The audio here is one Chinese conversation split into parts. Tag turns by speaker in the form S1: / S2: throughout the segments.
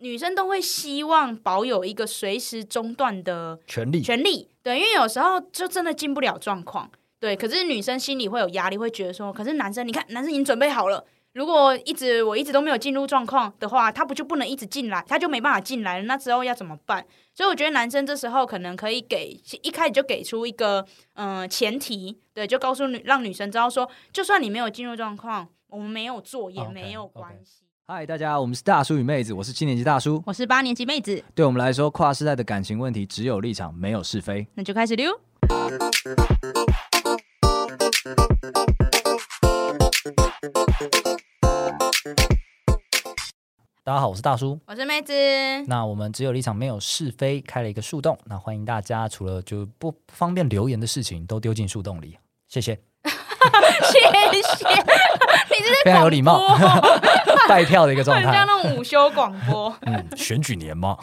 S1: 女生都会希望保有一个随时中断的
S2: 权利
S1: 权利，对，因为有时候就真的进不了状况，对。可是女生心里会有压力，会觉得说，可是男生，你看，男生已经准备好了，如果一直我一直都没有进入状况的话，他不就不能一直进来，他就没办法进来了，那之后要怎么办？所以我觉得男生这时候可能可以给一开始就给出一个嗯、呃前提，对，就告诉女让女生知道说，就算你没有进入状况，我们没有做也
S2: 哦 OK，
S1: 没有
S2: OK
S1: 关系。
S2: 嗨，大家，我们是大叔与妹子，我是七年级大叔。
S1: 我是八年级妹子，
S2: 对我们来说，跨世代的感情问题只有立场，没有是非。
S1: 那就开始溜。
S3: 大家好，我是大叔。
S1: 我是妹 子，
S3: 那我们只有立场，没有是非，开了一个树洞。那欢迎大家，除了就不不方便留言的事情，都丢进树洞里。谢谢，
S1: 谢谢，你这是
S3: 非常有礼貌
S1: 广播哦，
S3: 带票的一个 状
S1: 很像
S3: 态。
S1: 那种午休广播。
S3: 嗯，选举年嘛，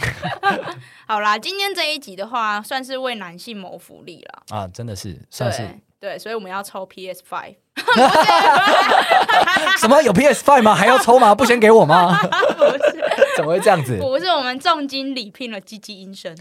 S1: 好啦，今天这一集的话，算是为男性谋福利了，
S3: 啊，真的是算 是
S1: 对对，所以我们要抽 PS Five，
S3: 什么有 PS Five 吗？还要抽 吗？不先给我吗？
S1: 不是
S3: 怎么会这样子？
S1: 不是，我们重金礼聘了鸡鸡医生，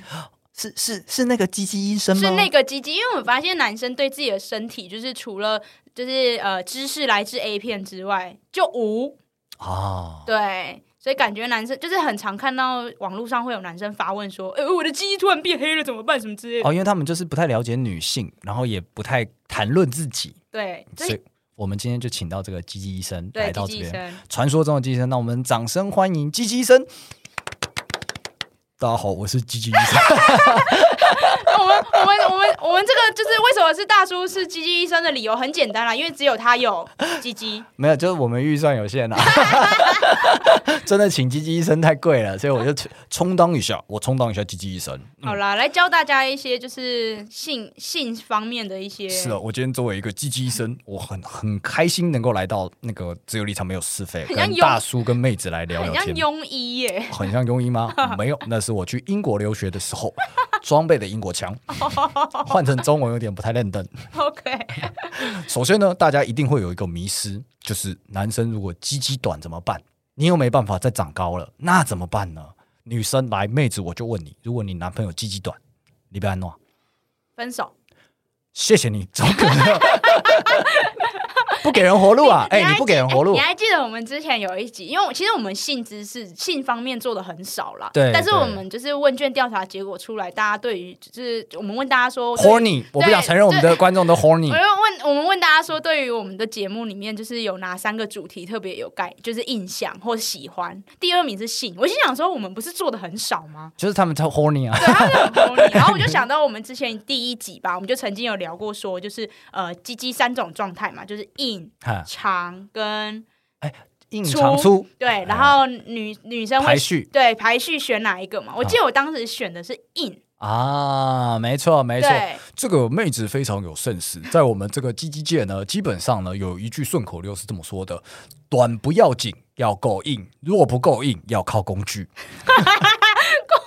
S3: 是是是那个鸡鸡医生吗？
S1: 是那个鸡鸡，因为我们发现男生对自己的身体，就是除了就是呃知识来自 A 片之外，就无
S3: 哦，
S1: 对。所以感觉男生就是很常看到网络上会有男生发问说：“哎、我的鸡鸡突然变黑了，怎么办？什么之类的。
S3: 哦，因为他们就是不太了解女性，然后也不太谈论自己，
S1: 对，
S3: 所以我们今天就请到这个鸡鸡医生
S1: 对
S3: 来
S1: 鸡
S3: 到
S1: 鸡
S3: 这
S1: 医
S3: 边。
S1: 生，
S3: 传说中的鸡生，那我们掌声欢迎鸡鸡医生。大家好，我是鸡鸡 医生。
S1: 我们我们我们我们这个就是为什么是大叔是鸡鸡医生的理由很简单啦，因为只有他 有鸡鸡。
S3: 没有，就是我们预算有限 啊，真的请鸡鸡医生太贵了，所以我就充充当一下，我充当一下鸡鸡医生。
S1: 好啦，来教大家一些就是性性方面的一些。
S3: 是啊哦的，我今天作为一个鸡鸡医生，我很很开心能够来到那个自由立场没有是非，
S1: 很像
S3: 跟
S1: 庸
S3: 大叔跟妹子来聊
S1: 很
S3: 聊
S1: 像
S3: 天。
S1: 庸医耶，
S3: 很像庸医吗？没有，那是我去英国留学的时候装备的英国腔，换成中文有点不太认真。
S1: OK，
S3: 首先呢，大家一定会有一个迷失，就是男生如果鸡鸡短怎么办？你又没办法再长高了，那怎么办呢？女生来妹子，我就问你，如果你男朋友鸡鸡短，你被安诺？
S1: 分手。
S3: 谢谢你，怎么可能？ 不给人活路啊！哎、
S1: 还
S3: 你不给人活路
S1: 你， 还记得我们之前有一集，因为我其实我们性知识性方面做的很少啦，
S3: 对
S1: 但是我
S3: 对
S1: 们就是问卷调查结果出来，大家对于就是我们问大家说对于
S3: horny，我不想承认我们的观众都 horny
S1: 我。要问，我们问大家说，对于我们的节目里面，就是有哪三个主题特别有概，就是印象或喜欢？第二名是性，我心想说，我们不是做的很少 吗？
S3: 就是他们超 horny 啊，
S1: 对，他就很 horny 然后我就想到我们之前第一集吧，我们就曾经有聊过说，就是呃，鸡鸡三种状态嘛，就是硬、
S3: 哈
S1: 长跟
S3: 硬长嗯粗
S1: 对，然后女女生会
S3: 排序
S1: 对排序选哪一个嘛？我记得我当时选的是硬，
S3: 啊，没错没错，
S1: 对，
S3: 这个妹子非常有 sense，在我们这个鸡鸡界呢，基本上呢有一句顺口溜是这么说的：短不要紧，要够硬；若不够硬，要靠工具。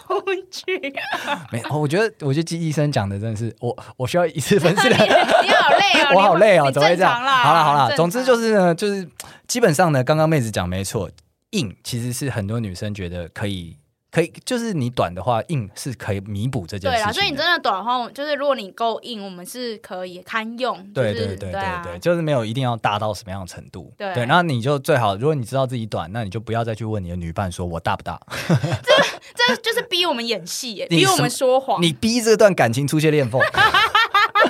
S1: 工具，
S3: 没，哦我觉得，我觉得鸡医生讲的真的是我，我需要一次分析的。
S1: 你好累哦，
S3: 我好累哦，
S1: 你
S3: 怎么会
S1: 正
S3: 这样？
S1: 常啦，
S3: 好了好了，
S1: 正
S3: 总之
S1: 常
S3: 就是呢，就是基本上呢，刚刚妹子讲没错，硬其实是很多女生觉得可以，可以就是你短的话，硬是可以弥补这件
S1: 对
S3: 事情
S1: 啦，
S3: 的。
S1: 所以你真的短的话，就是如果你够硬，我们是可以堪用。
S3: 对
S1: 就是
S3: 对对
S1: 对
S3: 对
S1: 啊
S3: 对，就是没有一定要大到什么样的程度。
S1: 对
S3: 对，那你就最好，如果你知道自己短，那你就不要再去问你的女伴说我大不大。
S1: 这就是逼我们演戏耶，
S3: 你
S1: 逼我
S3: 什么
S1: 们说谎。
S3: 你逼这段感情出现裂缝，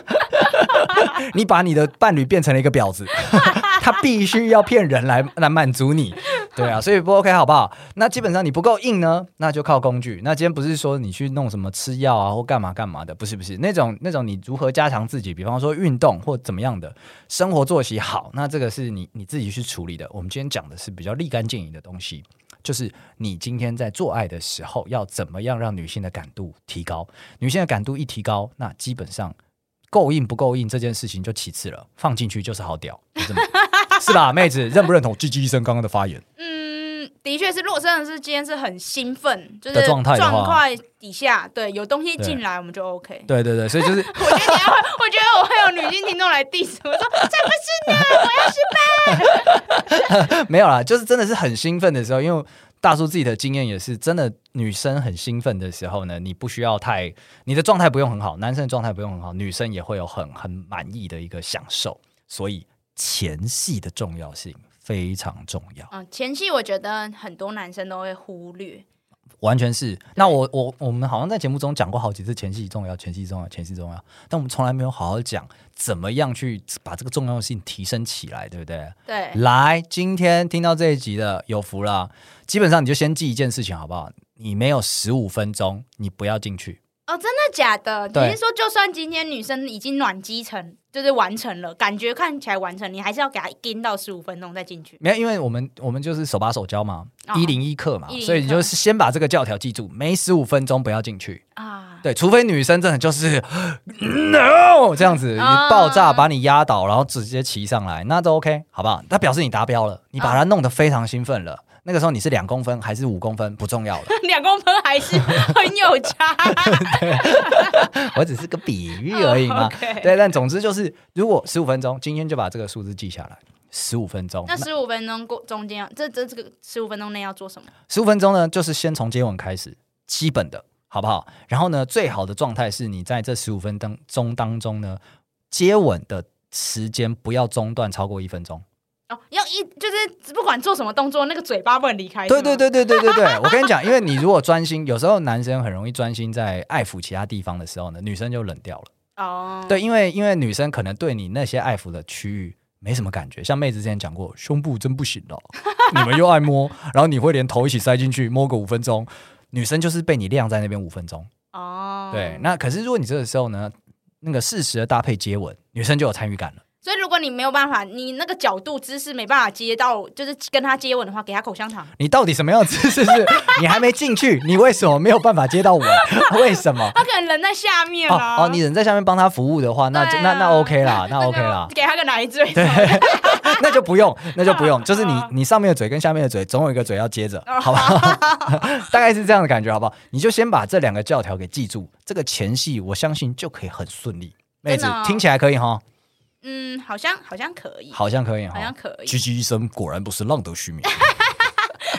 S3: 你把你的伴侣变成了一个婊子， 他必须要骗人来来满足你。对啊，所以不 OK 好不好？那基本上你不够硬呢，那就靠工具。那今天不是说你去弄什么吃药啊或干嘛干嘛的，不是不是那种那种你如何加强自己，比方说运动或怎么样的生活作息好，那这个是你你自己去处理的。我们今天讲的是比较立竿见影的东西，就是你今天在做爱的时候要怎么样让女性的感度提高。女性的感度一提高，那基本上够硬不够硬这件事情就其次了，放进去就是好屌，就这么 是吧，妹子认不认同 G G 医生刚刚的发言？
S1: 嗯，的确是，如果真的是今天是很兴奋，就是
S3: 的状态的话
S1: 状态底下，对，有东西
S3: 对
S1: 进来我们就 OK。
S3: 对对对，所以就是
S1: 我觉得等一下会， 我觉得我会有女性听众来 diss 我说这不是呢，我要是
S3: 没有啦，就是真的是很兴奋的时候，因为大叔自己的经验也是，真的女生很兴奋的时候呢，你不需要太，你的状态不用很好，男生的状态不用很好，女生也会有很很满意的一个享受。所以前戏的重要性非常重要，
S1: 嗯，前戏我觉得很多男生都会忽略，
S3: 完全是。那我我我们好像在节目中讲过好几次前戏重要，前戏重要，前戏重要，但我们从来没有好好讲怎么样去把这个重要性提升起来，对不对？
S1: 对，
S3: 来，今天听到这一集的有福了，基本上你就先记一件事情好不好？你没有十五分钟，你不要进去。
S1: 哦，真的假的？
S3: 对
S1: 你是说，就算今天女生已经暖机成，就是完成了，感觉看起来完成，你还是要给她盯到十五分钟再进去？
S3: 没有，因为我们我们就是手把手教嘛，
S1: 哦
S3: 一零一课嘛，
S1: 101
S3: 所以你就是先把这个教条记住，每十五分钟不要进去。
S1: 啊，
S3: 对，除非女生真的就是 no 这样子，你
S1: 啊
S3: 爆炸把你压倒，然后直接骑上来，那都 OK，好不好？那表示你达标了，你把它弄得非常兴奋 了。那个时候你是两公分还是五公分不重要了，
S1: 两公分还 是很有差。
S3: 我只是个比喻而已嘛。
S1: 哦 OK
S3: 对，但总之就是，如果十五分钟，今天就把这个数字记下来，十五分钟。
S1: 那
S3: 那
S1: 十五分钟过中间要，这这这个十五分钟内要做什么？
S3: 十五分钟呢，就是先从接吻开始，基本的，好不好？然后呢，最好的状态是你在这十五分当钟当中呢，接吻的时间不要中断超过一分钟。
S1: 哦，要一就是不管做什么动作，那个嘴巴不能离开。
S3: 对
S1: 是吗
S3: 对，对对对对对，我跟你讲，因为你如果专心，有时候男生很容易专心在爱抚其他地方的时候呢，女生就冷掉了。
S1: 哦，
S3: 对，因为因为女生可能对你那些爱抚的区域没什么感觉，像妹子之前讲过，胸部真不行了，你们又爱摸，然后你会连头一起塞进去摸个五分钟，女生就是被你晾在那边五分钟。
S1: 哦，
S3: 对，。那可是如果你这个时候呢，那个适时的搭配接吻，女生就有参与感了。
S1: 所以如果你没有办法，你那个角度姿势没办法接到，就是跟他接吻的话，给他口香糖。
S3: 你到底什么样的姿势是？ 你还没进去，你为什么没有办法接到吻？ 为什么？
S1: 他可能人在下面
S3: 哦
S1: 啊。
S3: 哦，你人在下面帮他服务的话，那就、
S1: 对啊
S3: 那那 OK 啦，那 OK 啦
S1: 就。给他个奶嘴。对，
S3: 那就不用，那就不 用，就是你
S1: 啊
S3: 你上面的嘴跟下面的嘴总有一个嘴要 接着，好不好？ 大概是这样的感觉，好不好？你就先把这两个教条给记住，这个前戏我相信就可以很顺利。妹子
S1: 真的哦
S3: 听起来可以哈，
S1: 嗯，好像好像可以，
S3: 好像可以
S1: 好像
S3: 哈。
S1: 可以。
S3: 狙击医生果然不是浪得虚名。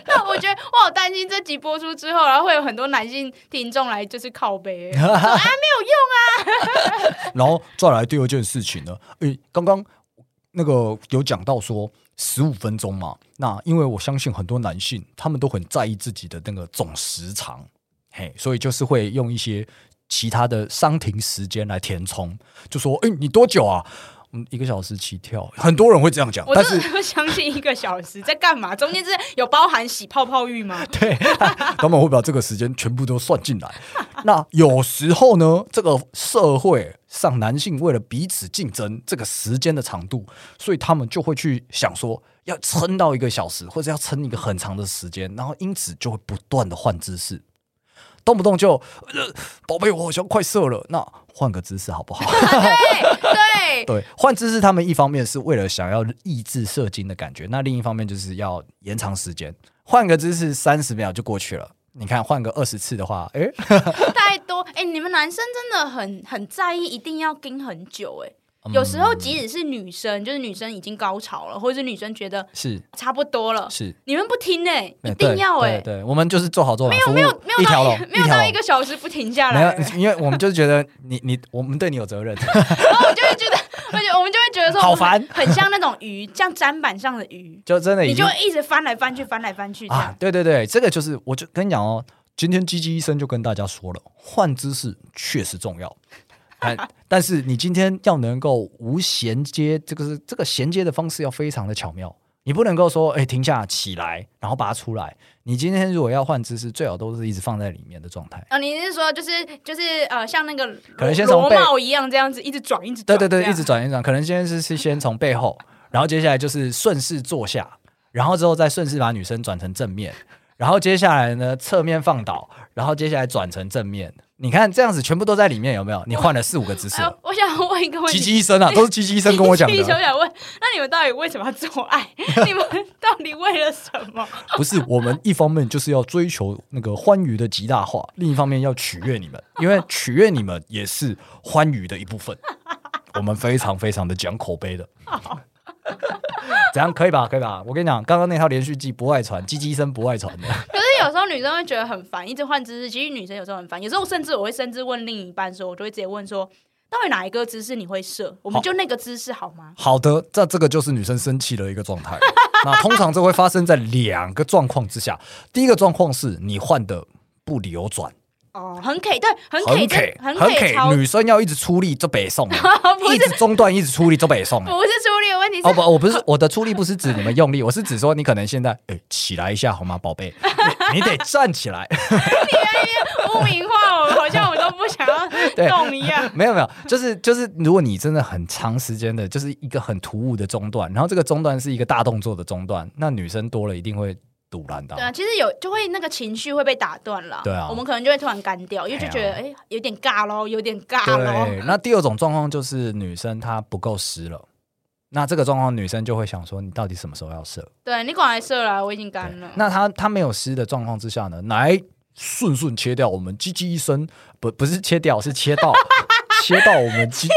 S1: 但 我觉得我好担心这集播出之后，然后会有很多男性听众来就是靠 背，说啊没有用啊，
S3: 然后再来第二件事情呢，诶，刚刚那个有讲到说十五分钟嘛，那因为我相信很多男性他们都很在意自己的那个总时长，嘿，所以就是会用一些其他的商停时间来填充，就说，诶，你多久啊？嗯，一个小时起跳，很多人会这样讲，
S1: 我
S3: 但是
S1: 真的不相信一个小时在干嘛？中间是有包含洗泡泡浴吗？
S3: 对，他们会把这个时间全部都算进来。那有时候呢，这个社会上男性为了彼此竞争这个时间的长度，所以他们就会去想说要撑到一个小时，或者要撑一个很长的时间，然后因此就会不断的换姿势。动不动就，呃宝、贝，我好像快射了，那换个姿势好不好？
S1: 对对，
S3: 对，换姿势，他们一方面是为了想要抑制射精的感觉，那另一方面就是要延长时间。换个姿势三十秒就过去了，你看换个二十次的话，诶，
S1: 太多哎、你们男生真的很很在意，一定要盯很久哎、
S3: 嗯
S1: 有时候即使是女生，就是女生已经高潮了，或者是女生觉得
S3: 是
S1: 差不多了，
S3: 是，嗯
S1: 你们不听哎、
S3: 对
S1: 一定要哎、
S3: 对对，我们就是做好做满，服务
S1: 没有没有
S3: 一条
S1: 到
S3: 龙
S1: 一，没有
S3: 条
S1: 到
S3: 龙
S1: 一个小时不停下
S3: 没
S1: 来、欸，
S3: 有，因为我们就是觉得你你我们对你有责任，
S1: 然后我就会觉得，而且我们就会觉得说，
S3: 好
S1: 我们
S3: 烦
S1: 很像那种鱼，像砧板上的鱼，
S3: 就真的已
S1: 你
S3: 经
S1: 就一直翻来翻去，翻来翻去这
S3: 啊
S1: 样，。
S3: 对对对，这个就是我就跟你讲哦，今天鸡鸡医生就跟大家说了，换姿势确实重要。但但是你今天要能够无衔接，这个是这个衔接的方式要非常的巧妙，你不能够说哎停下起来，然后拔出来。你今天如果要换姿势，最好都是一直放在里面的状态。
S1: 啊，你是说就是就是呃，像那个
S3: 可能先从
S1: 螺
S3: 背
S1: 帽一样这样子一直转，一直
S3: 对
S1: 转，
S3: 对对，
S1: 这
S3: 一
S1: 样
S3: 直转一转，可能先是是先从背后，然后接下来就是顺势坐下，然后之后再顺势把女生转成正面，然后接下来呢侧面放倒，然后接下来转成正面。你看这样子全部都在里面有没有？你换了四五个姿势
S1: 哎
S3: 了，
S1: 呦我想问一个问
S3: 鸡
S1: 题。
S3: 鸡医生啊，都是鸡鸡医生跟我讲
S1: 其实我
S3: 的，
S1: 想问，那你们到底为什么要做 爱？你们到底为了什么？
S3: 不是我们一方面就是要追求那个欢愉的极大化，另一方面要取悦你们，因为取悦你们也是欢愉的一部分。我们非常非常的讲口碑的，怎样可以吧？可以吧？我跟你讲，刚刚那套连续剧不外传，鸡鸡声不外传的。
S1: 可是有时候女生会觉得很烦，一直换姿势。其实女生有时候很烦，有时候甚至我会甚至问另一半说，我就会直接问说，到底哪一个姿势你会射？我们就那个姿势好吗？
S3: 好的，这这个就是女生生气的一个状 态。那通常这会发生在两个状况之下，第一个状况是你换的不流转，
S1: 哦，很 K，对，很
S3: 很
S1: K，
S3: K
S1: 真很
S3: 很
S1: K 超，
S3: 女生要一直出力就北宋了，
S1: 不
S3: 一
S1: 是
S3: 直中断，一直出力就北宋了。
S1: 不是处理的问题，
S3: 哦
S1: 是
S3: 不，我不是我的出力不是指你们用力，我是指说你可能现在哎、起来一下好吗，宝贝，你你得站起来。
S1: 污名化我，好像我都不想要
S3: 对
S1: 动一样。
S3: 没有没有，就是就是，如果你真的很长时间的，就是一个很突兀的中断，然后这个中断是一个大动作的中断，那女生多了一定会堵拦的 啊、
S1: 对啊，其实有就会那个情绪会被打断了。
S3: 对啊
S1: 我们可能就会突然干掉，因为就觉得哎、诶有点尬咯，有点尬啊咯。
S3: 对，那第二种状况就是女生她不够湿了，那这个状况女生就会想说，你到底什么时候要射？
S1: 对你管来射了，我已经干了。
S3: 那她她没有湿的状况之下呢，来顺顺切掉我们鸡鸡一生，不不是切掉，是切到 切到我们鸡。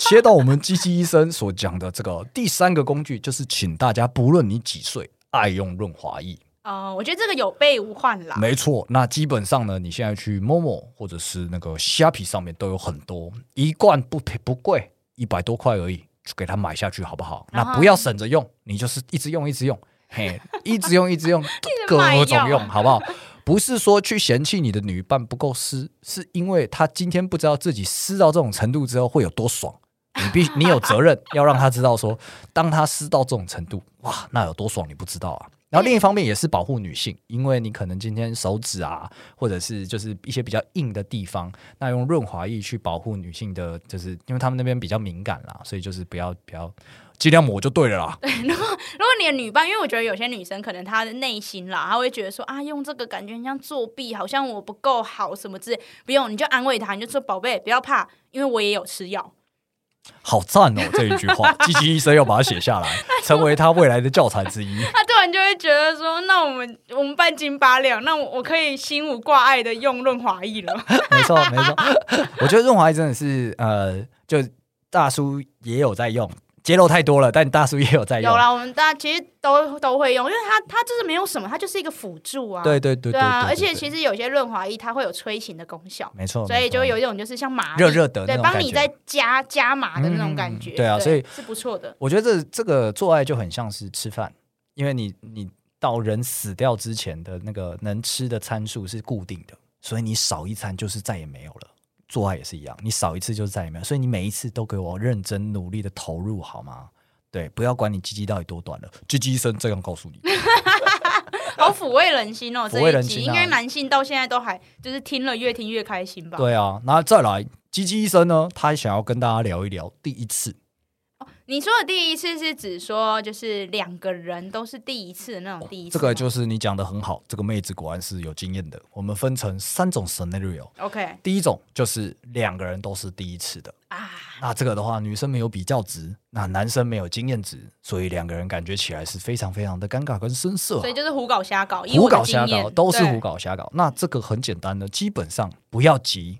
S3: 切到我们鸡鸡医生所讲的这个第三个工具，就是请大家不论你几岁，爱用润滑液。
S1: 哦、我觉得这个有备无患啦。
S3: 没错，那基本上呢，你现在去 Momo 或者是那个虾皮上面都有很多，一罐不便不贵，一百多块而已，就给它买下去好不好？
S1: 然
S3: 那
S1: 后
S3: 不要省着用，你就是一直用一直用，嘿，一直用一直用，各
S1: 卖
S3: 种
S1: 药
S3: 用好不好？不是说去嫌弃你的女伴不够湿，是因为她今天不知道自己湿到这种程度之后会有多爽。你必你有责任要让她知道说，当她湿到这种程度，哇，那有多爽你不知道啊。然后另一方面也是保护女性，因为你可能今天手指啊，或者是就是一些比较硬的地方，那用润滑液去保护女性的，就是因为他们那边比较敏感啦，所以就是不要不要尽量抹就对了啦。
S1: 如果你的女伴，因为我觉得有些女生可能她的内心啦，她会觉得说啊，用这个感觉很像作弊，好像我不够好什么之类。不用，你就安慰她，你就说宝贝，不要怕，因为我也有吃药。
S3: 好赞哦，这一句 话，积极医生要把它写下来，成为他未来的教材 之一。
S1: 她突然就会觉得说，那我们我们半斤八两，那我我可以心无挂碍的用润滑液了。
S3: 没错，没错，我觉得润滑液真的是呃，就大叔也有在用，揭露太多了，但大叔也有在用。
S1: 有啦，我们大家其实都都会用，因为它它就是没有什么，它就是一个辅助啊。
S3: 对对对对
S1: 啊，而且
S3: 对
S1: 其实有些润滑液它会有催情的功效，
S3: 没错，
S1: 所以
S3: 没错
S1: 就会有一种就是像麻
S3: 热热的那
S1: 对，
S3: 种
S1: 帮
S3: 感
S1: 你
S3: 觉
S1: 再加加麻的那
S3: 嗯
S1: 种感觉。
S3: 对啊所以
S1: 是不错的。
S3: 我觉得这这个做爱就很像是吃饭，因为你你到人死掉之前的那个能吃的参数是固定的，所以你少一餐就是再也没有了。做爱也是一样，你少一次就是再也没有，所以你每一次都给我认真努力的投入，好吗？对，不要管你鸡鸡到底多短了，鸡鸡医生这样告诉你。
S1: 好抚慰人心哦，这
S3: 抚慰人
S1: 一
S3: 心
S1: 集应
S3: 啊
S1: 该男性到现在都还就是听了越听越开心吧？
S3: 对啊，那再来，鸡鸡医生呢，他想要跟大家聊一聊第一次。
S1: 哦你说的第一次是指说就是两个人都是第一次的那种第一次
S3: 这
S1: 吗，
S3: 个就是你讲的很好，这个妹子果然是有经验的。我们分成三种 scenario，
S1: OK
S3: 第一种就是两个人都是第一次的，
S1: 啊，
S3: 那这个的话，女生没有比较值，那男生没有经验值，所以两个人感觉起来是非常非常的尴尬跟生涩、啊
S1: 所以。就是胡搞瞎搞，以
S3: 胡
S1: 我的
S3: 搞瞎
S1: 经
S3: 搞
S1: 验
S3: 都是
S1: 对
S3: 胡搞瞎搞，那这个很简单的，基本上不要急，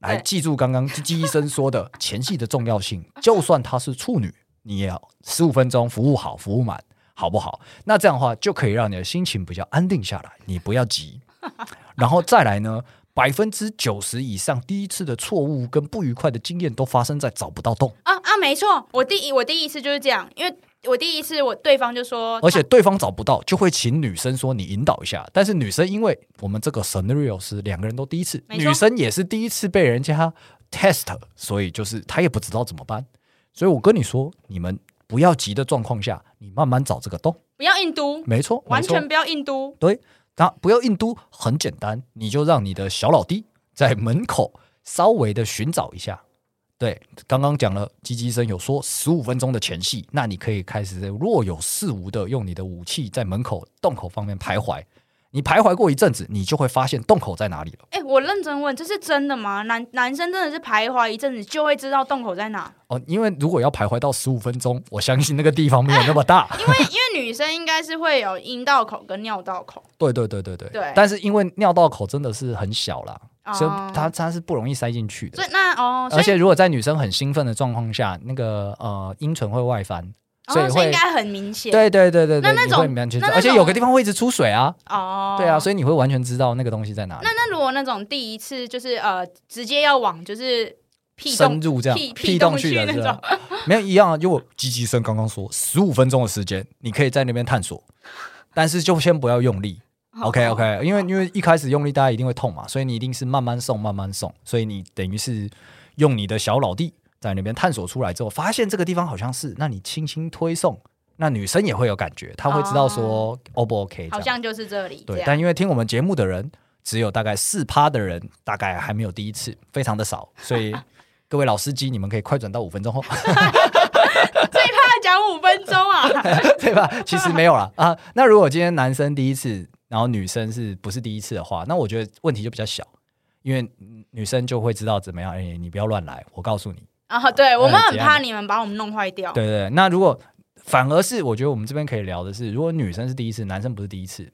S3: 来
S1: 对
S3: 记住刚刚鸡鸡医生说 的前戏的重要性，就算她是处女，你也要十五分钟服务好，服务满，好不好？那这样的话就可以让你的心情比较安定下来，你不要急， 然后再来呢，百分之九十以上第一次的错误跟不愉快的经验都发生在找不到洞，
S1: 啊啊，没错，我第一我第一次就是这样，因为我第一次我对方就说，啊
S3: 而且对方找不到，就会请女生说你引导一下。但是女生因为我们这个 scenario 是两个人都第一次，
S1: 没错
S3: 女生也是第一次被人家 test，所以就是她也不知道怎么办。所以我跟你说，你们不要急的状况下，你慢慢找这个洞，
S1: 不要硬嘟，
S3: 没错，
S1: 完
S3: 没错
S1: 全不要硬嘟，
S3: 对，那不要硬嘟，很简单，你就让你的小老弟在门口稍微的寻找一下。对，刚刚讲了，鸡鸡生有说十五分钟的前戏，那你可以开始若有似无的用你的武器在门口洞口方面徘徊。你徘徊过一阵子，你就会发现洞口在哪里了。
S1: 哎、我认真问，这是真的吗？男男生真的是徘徊一阵子就会知道洞口在 哪，
S3: 哦，因为如果要徘徊到十五分钟，我相信那个地方没有那么大。
S1: 因为因为女生应该是会有阴道口跟尿道口，
S3: 对对对对对。
S1: 对哦
S3: 但是因为尿道口真的是很小啦，所以它它是不容易塞进去的
S1: 所。以那哦，所
S3: 而
S1: 以
S3: 且如果在女生很兴奋的状况下，那个呃阴唇会外翻，所以
S1: 哦，所以应
S3: 会
S1: 该很明显。
S3: 对对对对
S1: 那
S3: 对，
S1: 那
S3: 你
S1: 种
S3: 会完全知
S1: 那
S3: 道，
S1: 那
S3: 而且
S1: 种
S3: 有个地方会一直出水啊，
S1: 哦，
S3: 对啊，所
S1: 以
S3: 以你会完全知道那个东西在哪里
S1: 那，那如果那种第一次就是呃，直接要往就是屁
S3: 深
S1: 洞
S3: 入这样
S1: 屁
S3: 屁
S1: 洞
S3: 去的
S1: 那
S3: 是
S1: 种
S3: 吧，没有一样啊，就我积极生刚刚说十五分钟的时间，你可以在那边探索，但是就先不要用力。OK OK，因为因为一开始用力，大家一定会痛嘛，所以你一定是慢慢送，慢慢送，所以你等于是用你的小老弟在那边探索出来之后，发现这个地方好像是，那你轻轻推送，那女生也会有感觉，她会知道说 O 不 OK，这
S1: 哦好
S3: 样
S1: 像就是这里这
S3: 对，
S1: 样。
S3: 但因为听我们节目的人只有大概四趴的人，大概还没有第一次，非常的少，所 以各位老司机，你们可以快转到五分钟哦后，
S1: 他讲五分钟啊，
S3: 对吧？其实没有啦。啊。那如果今天男生第一次，然后女生是不是第一次的话，那我觉得问题就比较小，因为女生就会知道怎么样，哎、你不要乱来，我告诉你。
S1: 啊，对我们很
S3: 怎样
S1: 怕你们把我们弄坏掉。
S3: 对对对，那如果反而是我觉得我们这边可以聊的是，如果女生是第一次，男生不是第一次，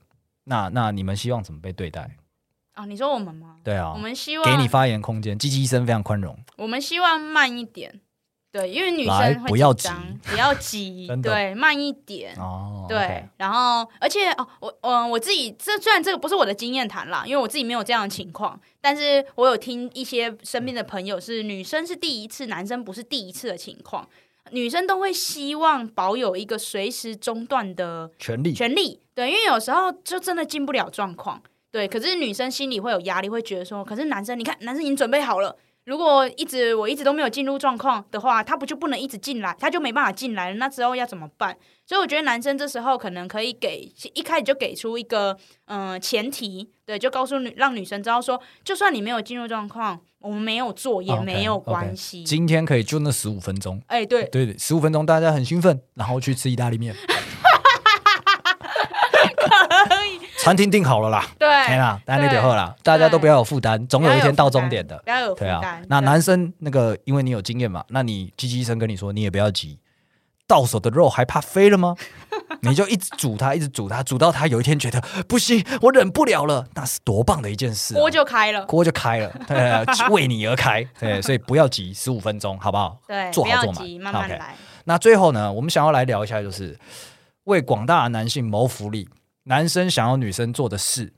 S3: 那那你们希望怎么被对待？
S1: 啊，你说我们吗？
S3: 对啊
S1: 我，们希
S3: 给你
S1: 望
S3: 发言空间，积极医生非常宽容。
S1: 我们希望慢一点，对，因为女
S3: 来
S1: 生会
S3: 不要
S1: 紧张
S3: 急，
S1: 不要急
S3: 真，的
S1: 对，慢一点。
S3: 哦，
S1: 对，然后而且哦，我嗯、我自己这虽然这个不是我的经验谈啦，因为我自己没有这样的情况，但是我有听一些身边的朋友是女生是第一次，男生不是第一次的情况，女生都会希望保有一个随时中断的
S3: 权力
S1: 权利，对，因为有时候就真的进不了状况，对。可是女生心里会有压力，会觉得说，可是男生，你看，男生已经准备好了。如果一直我一直都没有进入状况的话，他不就不能一直进来，他就没办法进来了。那之后要怎么办？所以我觉得男生这时候可能可以给一开始就给出一个嗯、呃前提，对，就告诉女让女生知道说，就算你没有进入状况，我们没有做也
S3: 哦 OK，
S1: 没有
S3: OK
S1: 关系。
S3: 今天可以就那十五分钟，
S1: 哎、对，
S3: 对对，十五分钟大家很兴奋，然后去吃意大利面。餐厅订好了啦，
S1: 对
S3: 天啦，大家那点后啦，大家都不要有负担，总
S1: 不
S3: 有
S1: 要
S3: 一
S1: 有
S3: 天到
S1: 负担
S3: 终点的。
S1: 不要有负
S3: 对
S1: 担。
S3: 啊，那
S1: 对
S3: 男生那个，因为你有经验嘛，那你鸡鸡医生跟你说，你也不要急，到手的肉还怕飞 了吗？你就一直煮它，一直煮它，煮到它有一天觉得不行，我忍不了了，那是多棒的一件事、啊！
S1: 锅就开了，
S3: 锅就开了，对，为你而开，对，所以不要急，十五分钟好不好？
S1: 对，
S3: 做
S1: 不
S3: 好
S1: 要
S3: 做满
S1: 急，慢慢
S3: OK
S1: 来。
S3: 那最后呢，我们想要来聊一下，就是为广大的男性谋福利，男生想要女生做的事，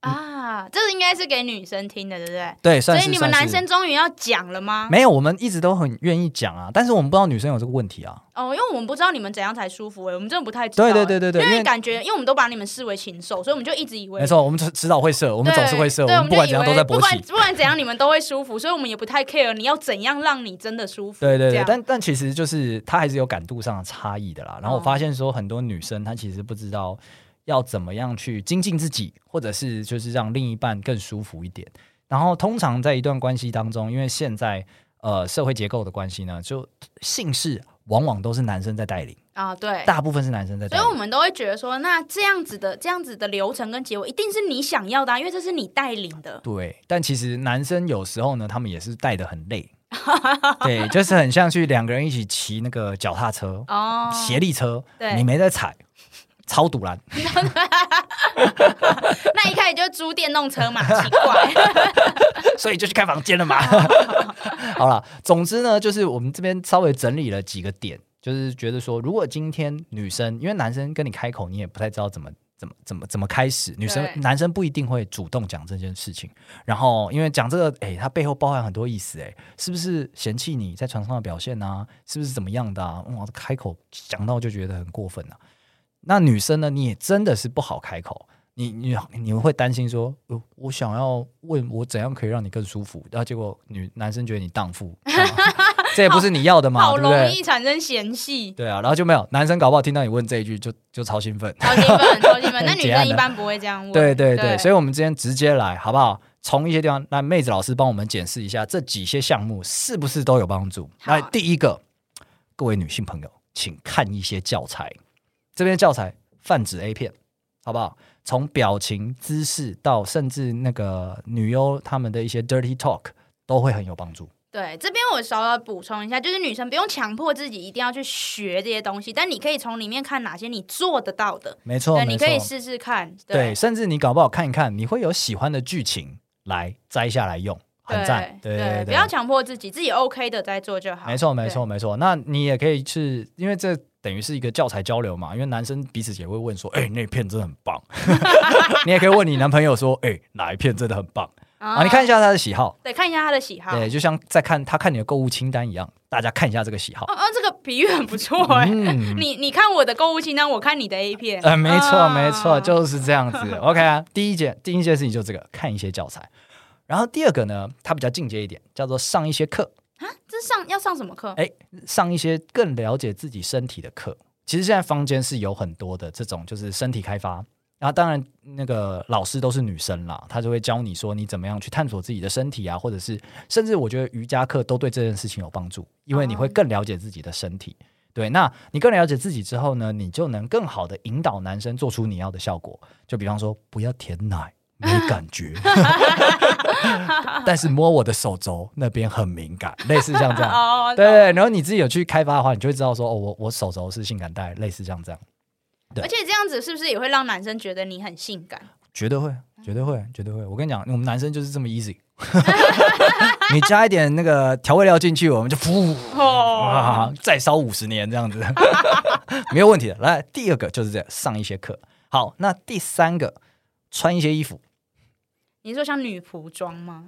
S1: 啊，这个应该是给女生听的，对不对？
S3: 对，
S1: 所
S3: 嗯算
S1: 以
S3: 是
S1: 你们
S3: 算
S1: 男
S3: 是
S1: 生终于要讲了吗？
S3: 没有，我们一直都很愿意讲啊，但是我们不知道女生有这个问题啊，
S1: 哦，因为我们不知道你们怎样才舒服哎、我们真的不太知道、
S3: 对
S1: 欸。
S3: 对对对对，因
S1: 因
S3: 为
S1: 为感觉，因为我们都把你们视为禽兽，所以我们就一直以为
S3: 没，错，我们迟早会射，我
S1: 我
S3: 们总是会射，
S1: 对，
S3: 我
S1: 我
S3: 们
S1: 就
S3: 不管怎样
S1: 以为
S3: 都在勃
S1: 不管
S3: 起。
S1: 不管怎样，你们都会舒服，所以我们也不太 care 你要怎样让你真的舒服。
S3: 对对
S1: 这
S3: 对，
S1: 样
S3: 但但其实就是它还是有感度上的差异的啦。然后我
S1: 哦
S3: 发现说，很多女生她其实不知道要怎么样去精进自己，或者是就是让另一半更舒服一点。然后通常在一段关系当中，因为现在呃社会结构的关系呢，就性事往往都是男生在带领，
S1: 啊，对。
S3: 大部分是男生在带
S1: 所以我
S3: 领。
S1: 们都会觉得说，那这样子的这样子的流程跟结果，一定是你想要的、啊，因为这是你带领的。
S3: 对，但其实男生有时候呢，他们也是带的很 累，对，就是很像去两个人一起骑那个脚踏车，
S1: 哦，
S3: 协力车，
S1: 对
S3: 你没在踩，超堵 拦。
S1: 那一开始就租电动车嘛，奇怪。
S3: 所以就去开房间了 嘛。好了，总之呢，就是我们这边稍微整理了几个点，就是觉得说，如果今天女生，因为男生跟你开口，你也不太知道怎么。怎么怎么怎么开始？女生
S1: 对
S3: 男生不一定会主动讲这件事情，然后因为讲这个，哎，它背后包含很多意思，哎，是不是嫌弃你在床上的表现啊？是不是怎么样的啊？哇，开口讲到就觉得很过分啊。那女生呢，你也真的是不好开口，你你你们会担心说，呃我想要问我怎样可以让你更舒服，然后结果女男生觉得你荡妇，啊 这也不是你要的嘛，
S1: 好
S3: 对不
S1: 容
S3: 对？
S1: 易产生嫌隙。
S3: 对啊，然后就没有男生搞不好听到你问这一句就就超兴奋，
S1: 超兴奋，超兴奋。那女
S3: 结案
S1: 生一
S3: 了
S1: 般不会这样问。
S3: 对对对，所
S1: 以
S3: 以我们今天直接来好不好？从一些地方，那妹子老师帮我们检视一下这几些项目是不是都有帮助。
S1: 好
S3: 那第一个，各位女性朋友，请看一些教材，这边教材泛指 A 片，好不好？从表情、姿势到甚至那个女优她们的一些 dirty talk 都会很有帮助。
S1: 对这边我稍微补充一下，就是女生不用强迫自己一定要去学这些东西，但你可以从里面看哪些你做得到的，
S3: 没错，
S1: 对，
S3: 没
S1: 你
S3: 错
S1: 可以试试看。
S3: 对，，甚至你搞不好看一看，你会有喜欢的剧情，来摘下来用，很赞。对对对，
S1: 不要强迫自己，自己 OK 的再做就好。
S3: 没错，没错，没错。那你也可以是因为这等于是一个教材交流嘛，因为男生彼此也会问说：“哎、那片真的很棒。” 你也可以问你男朋友说：“哎、哪一片真的很棒
S1: 对
S3: 啊？”你看一，下他的喜好，
S1: 对，看一下他的喜好。
S3: 对，就像在看他看你的购物清单一样，大家看一下这个喜好
S1: 哦。哦，这个比喻很不错哎、
S3: 嗯
S1: 你你看我的购物清单，我看你的 A 片。
S3: 呃，没错，
S1: 啊
S3: 没错，就是这样子。OK 啊，第一件第一件事情就这个，看一些教材。然后第二个呢，它比较进阶一点，叫做上一些课。
S1: 这上要上什么课？
S3: 哎，上一些更了解自己身体的课。其实现在坊间是有很多的这种，就是身体开发。然后当然，那个老师都是女生啦，她就会教你说你怎么样去探索自己的身体啊，或者是甚至我觉得瑜伽课都对这件事情有帮助，因为你会更了解自己的身体。对，那你更了解自己之后呢，你就能更好的引导男生做出你要的效果。就比方说，不要舔奶，没感觉， 但是摸我的手肘那边很敏感，类似像 这样。
S1: 哦，
S3: 哎对对，然后你自己有去开发的话，你就会知道说，哦，我我手肘是性感带，类似像这样，对
S1: 而且这样子是不是也会让男生觉得你很性感？
S3: 绝对会，绝对会，绝对会。我跟你讲，我们男生就是这么 easy，你加一点那个调味料进去，我们就噗，
S1: 哦，
S3: 啊，再烧五十年这样子， 没有问题的。来，第二个就是这样，上一些课。好，那第三个，穿一些衣服，
S1: 你说像女仆装吗？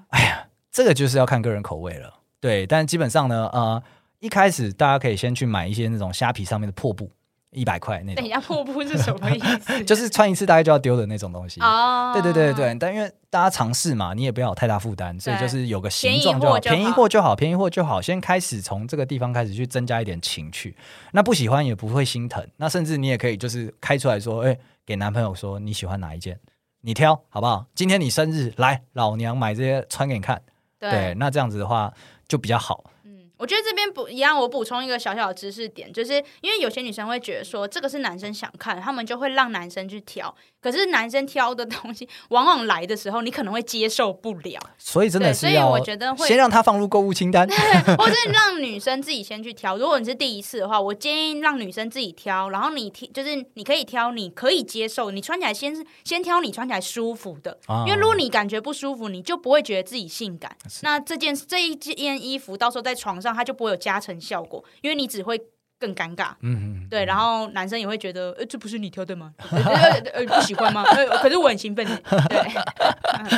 S3: 这个就是要看个人口味了。对，但基本上呢，呃，一开始大家可以先去买一些那种虾皮上面的破布，一百块那种
S1: 等。一下，哎瀑布是什么意思？
S3: 哎 就是穿一次大概就要丢的那种东西。
S1: 哦，
S3: 对对对，对，但因为大家尝试嘛，你也不要有太大负担，所以就是有个形状就好，
S1: 便
S3: 便
S1: 宜
S3: 宜
S1: 货
S3: 货就好，便宜货就好，先开始从这个地方开始去增加一点情趣。那不喜欢也不会心疼，那甚至你也可以就是开出来说，哎、给男朋友说你喜欢哪一件，你挑好不好？今天你生日，来老娘买这些穿给你看。
S1: 对，
S3: 那这样子的话就比较好。
S1: 嗯，我觉得这边补一样，我补充一个小小的知识点，就是因为有些女生会觉得说这个是男生想看，他们就会让男生去挑，可是男生挑的东西往往来的时候，你可能会接受不了，
S3: 所以真的
S1: 对
S3: 是
S1: 所以
S3: 要
S1: 我觉得会
S3: 先让他放入购物清单。
S1: 或是让女生自己先去挑。如果你是第一次的话，我建议让女生自己挑，然后你挑就是你可以挑你可以接受，你穿起来先先挑你穿起来舒服的，
S3: 啊
S1: 因为如果你感觉不舒服，你就不会觉得自己性感。那这件这一件衣服到时候在床上它就不会有加成效果，因为你只会更尴尬。
S3: 嗯嗯，
S1: 对，然后男生也会觉得，呃，这不是你挑的 吗？呃，呃呃不喜欢吗？呃，可是我很兴奋耶。对，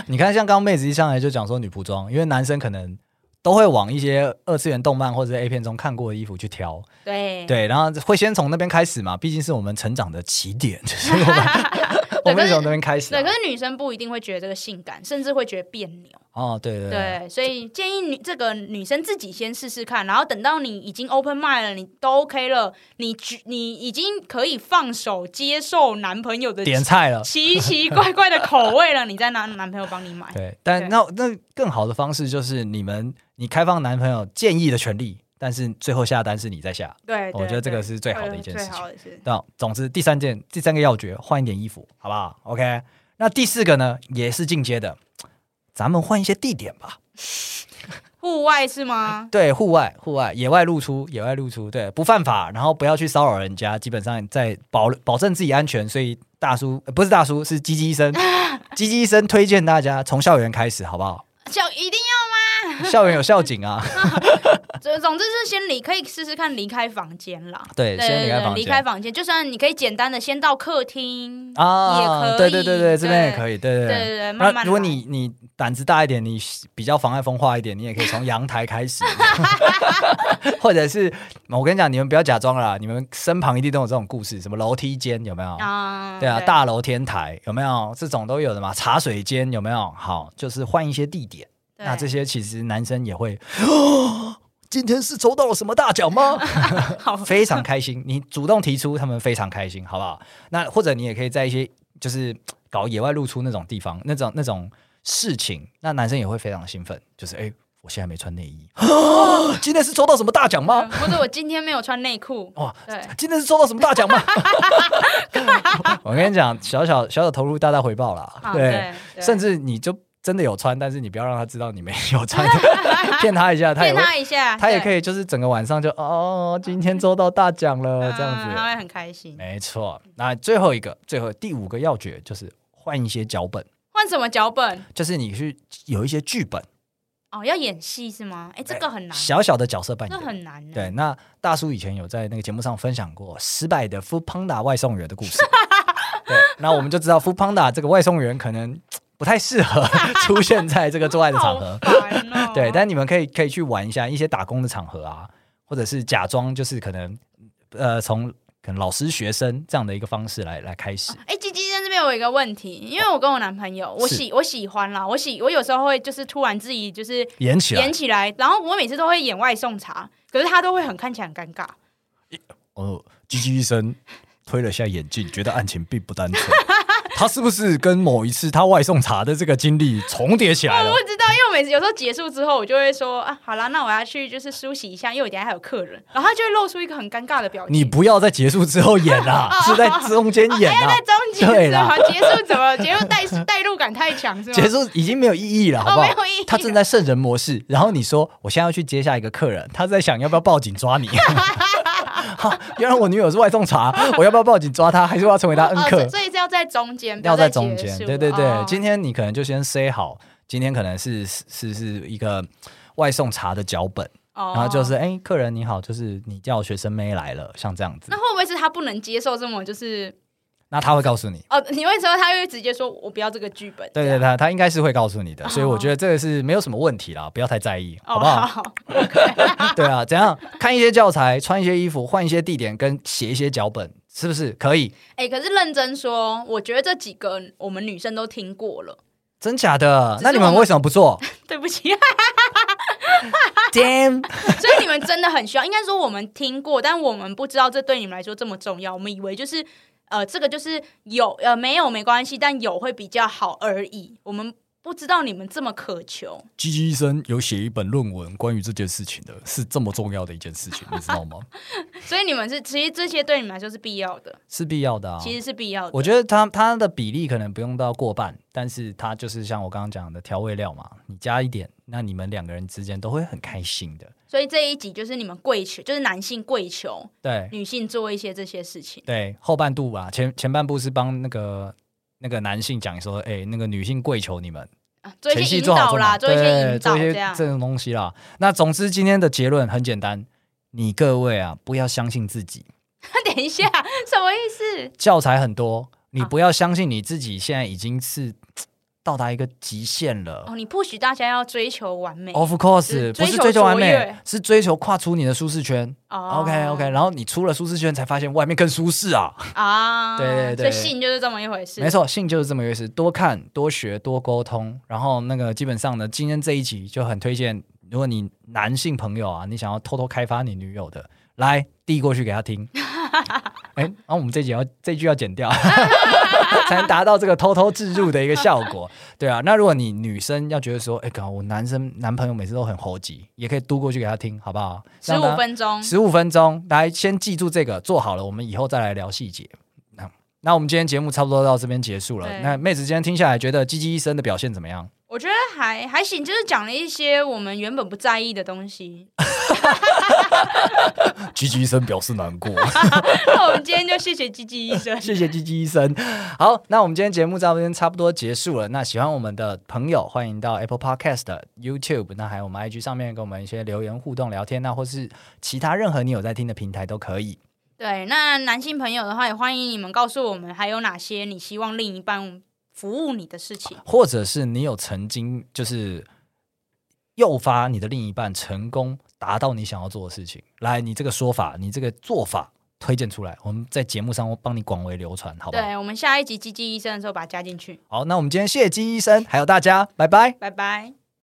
S3: 你看，像刚刚妹子一上来就讲说女仆装，因为男生可能都会往一些二次元动漫或者是 A 片中看过的衣服去挑，
S1: 对，
S3: 对，然后会先从那边开 始嘛，毕竟是我们成长的起点，就是我们我
S1: 可
S3: 们
S1: 是
S3: 是从那边开始、
S1: 对，
S3: 啊
S1: 可。是女生不一定会觉得这个性感，甚至会觉得别扭。
S3: 哦，对对对，
S1: 对，所以建议女这个女生自己先试试看，然后等到你已经 open mind 了，你都 OK 了，你举你已经可以放手接受男朋友的
S3: 点菜了。
S1: 奇奇怪怪的口味了，你再拿男朋友帮你买。
S3: 对，但
S1: 对
S3: 那那更好的方式就是你们你开放男朋友建议的权利，但是最后下单是你在下。
S1: 对，
S3: 我觉得这个是最好的一件事情
S1: 最好的事。
S3: 那总之，第三件第三个要诀，换一点衣服，好不好？OK。那第四个呢，也是进阶的，咱们换一些地点吧。
S1: 户外是吗？
S3: 对，户外、户外、野外露出、野外露出，对，不犯法，然后不要去骚扰人家，基本上在保保证自己安全。所以大叔、呃不是大叔，是鸡鸡 医生，鸡鸡医生推荐大家从校园开始，好不好？
S1: 就一定
S3: 校园有校警啊，
S1: 要，总总之是先离，可以试试看离开房间啦。
S3: 对，
S1: 对
S3: 先
S1: 对
S3: 离开
S1: 对，
S3: 房
S1: 离开
S3: 间
S1: 房间，就算你可以简单的先到客厅，也可
S3: 啊，
S1: 以
S3: 对对对对，这边也
S1: 对
S3: 可以，对对
S1: 对
S3: 对。
S1: 对对，慢
S3: 那
S1: 慢。
S3: 如果你你胆子大一点，你比较妨碍风化一点，你也可以从阳台 开始，或者是我跟你讲，你们不要假装了啦，你们身旁一定都有这种故事，什么楼梯间有没有？
S1: 啊，
S3: 对啊，大楼天台有没有这种都有的嘛？茶水间有没有？好，就是换一些地点。
S1: 对
S3: 那这些其实男生也会， 哦，今天是抽到了什么大奖吗？
S1: 好
S3: 非常开心，你主动提出，他们非常开心，好不好？那或者你也可以在一些就是搞野外露出那种地方，那种那种事情，那男生也会非常兴奋，就是哎、我现在没穿内衣， 哦，今天是抽到什么大奖吗？。
S1: 嗯或者我今天没有穿内裤
S3: 哇，
S1: 对，
S3: 今天是抽到什么大奖 吗？我跟你讲，小小小小投入，大大回报啦。
S1: 啊
S3: 对，甚
S1: 至
S3: 至你就真的有穿，但是你不要让他知道你没有穿， 骗他一下，他也
S1: 骗
S3: 会，
S1: 他一下，
S3: 他也可
S1: 以
S3: 以就是整个晚上就哦，今天抽到大奖 了哦这样
S1: 啊他
S3: 子。
S1: 会很开心。
S3: 没错，那最后一个，最后第五个要诀就是换一些脚本。
S1: 换什么脚本？
S3: 就是你去有一些剧本，
S1: 哦，要演戏是吗？哎，这个很难，
S3: 小小的角色扮
S1: 这
S3: 演。
S1: 很难呢。
S3: 对，那大叔以前有在那个节目上分享过失败的 Food Panda 外送员的故 事。对，那我们就知道 Food Panda 这个外送员可能不太适合 出现在这个做爱的场
S1: 好
S3: 合。。
S1: 烦哦
S3: 对，但你们可以可以去玩一下一些打工的场合啊，或者是假装就是可能呃从可能老师学生这样的一个方式来来开始。
S1: 哎，鸡鸡在这边我有一个问题，因为我跟我男朋友，我
S3: 是
S1: 喜我喜欢啦，我喜我有时候会就是突然自己就是
S3: 演起来
S1: 演起来，然后我每次都会演外送茶，可是他都会很看起来很尴尬。
S3: 哦，鸡鸡医生推了下眼镜，觉得案情并不 单纯。他是不是跟某一次他外送茶的这个经历重叠起来了
S1: 我？不知道，因为我每次有时候结束之后，我就会说啊，好啦，那我要去就是梳洗一下，因为我等一下还有客人，然后他就会露出一个很尴尬的表情。
S3: 你不要在结束之后演 啦、是在中间演啦、
S1: 哦在中间
S3: 对
S1: 是
S3: 啦
S1: 吗？ 结束怎么了？结束代代入感太强是吗？
S3: 结束已经没有意义了，好不好
S1: 哦没有意义？了
S3: 他正在圣人模式，然后你说我现在要去接下一个客人，他在想要不要报警抓 你？ 哈原来我女友是外送茶，我要不要报警抓她？还是我要成为她恩
S1: 哦
S3: 客？
S1: 所所以是要在中间，不
S3: 要在
S1: 在
S3: 中
S1: 结
S3: 间，
S1: 束
S3: 对对对。
S1: 哦
S3: 今天你可能就先 say 好，今天可能是是是是一个外送茶的脚本，
S1: 哦
S3: 然后就是哎、客人你好，就是你叫学生妹来了，像这样子
S1: 那，会不会是他不能接受这么就是
S3: 那他会告诉你。
S1: 哦？你会说他会直接说我不要这个剧本？这
S3: 对对
S1: 样
S3: 对，他他应该是会告诉你的，所以我觉得这个是没有什么问题啦，不要太在意，
S1: 哦
S3: 好不好？
S1: 好
S3: 对啊，怎样看一些教材，穿一些衣服，换一些地点，跟写一些脚本，是不是可以？
S1: 哎、可是认真说，我觉得这几个我们女生都听过了。
S3: 真假的？
S1: 只是
S3: 那你们
S1: 我们
S3: 为什么 不做
S1: 对不起，啊
S3: ？Damn！
S1: 所以你们真的很需要。应该说我们听过，但我们不知道这对你们来说这么重要。我们以为就是呃，这个就是有呃没有没关系，但有会比较好而已。我们不知道你们这么渴求。
S3: 鸡鸡医生有写一本论文关于这件事情的，是这么重要的一件事情，你知道吗？
S1: 所以你们是，其实这些对你们来说是必要的，
S3: 是必要的啊。
S1: 其实是必要的。
S3: 我觉得它它的比例可能不用到过半，但是它就是像我刚刚讲的调味料嘛，你加一点，那你们两个人之间都会很开心的。
S1: 所以这一集就是你们跪求，就是男性跪求
S3: 对
S1: 女性做一些这些事情。
S3: 对，后半部吧，前前半部是帮那个那个男性讲说，哎、那个女性跪求你们。
S1: 啊，做一
S3: 前
S1: 些
S3: 戏
S1: 引
S3: 做好
S1: 导啦，
S3: 做
S1: 一
S3: 满
S1: 些
S3: 对
S1: 引导
S3: 做一
S1: 这
S3: 些
S1: 样。
S3: 这种东西啦。那总之今天的结论很简单，你各位啊，不要相信自己，
S1: 等一下，什么意思？
S3: 教材很多，你
S1: 啊
S3: 不要相信你自己现在已经是到达一个极限了。
S1: 哦，你不许大家要追求完美。
S3: Of
S1: 哦是
S3: course，不
S1: 追
S3: 是
S1: 求
S3: 追求完
S1: 卓
S3: 美
S1: 越，
S3: 是追求跨出你的舒适圈。
S1: 哦
S3: OK OK，然后你出了舒适圈，才发现外面更舒适啊。
S1: 啊，
S3: 对对对
S1: 所以性就是这么一回事。
S3: 没，错，性就是这么一回事，多看、多学、多沟通。然后那个基本上呢，今天这一集就很推荐，如果你男性朋友啊，你想要偷偷开发你女友的，来递过去给她听。 哎，然、后我们这集要这句要剪掉， 才能达到这个偷偷置入的一个效果。对啊，那如果你女生要觉得说，哎，搞我男生男朋友每次都很猴急，也可以嘟过去给他听，好不好？
S1: 十五分钟。
S3: 十五分钟，来先记住这个，做好了，我们以后再来聊细节。那那我们今天节目差不多到这边结束了
S1: 对。
S3: 那妹子今天听下来，觉得鸡鸡医生的表现怎么样？
S1: 我觉得还还行，就是讲了一些我们原本不在意的东西。
S3: 鸡鸡医生表示难过，
S1: 那我们今天就谢谢鸡鸡医生。
S3: 谢谢鸡鸡医生。好，那我们今天节目到这边差不多结束了。那喜欢我们的朋友，欢迎到 Apple Podcast、YouTube，那还有我们 IG 上面跟我们一些留言互动聊天，那或是其他任何你有在听的平台都可以。
S1: 对，那男性朋友的话，也欢迎你们告诉我们还有哪些你希望另一半服务你的事情。
S3: 或者是你有曾经就是诱发你的另一半成功达到你想要做的事情，来，你这个说法，你这个做法推荐出来，我们在节目上帮你广为流传，好不好？
S1: 对我们下一集鸡鸡医生的时候把它加进去。
S3: 好，那我们今天谢谢鸡医生，还有大家，拜拜。
S1: 拜拜。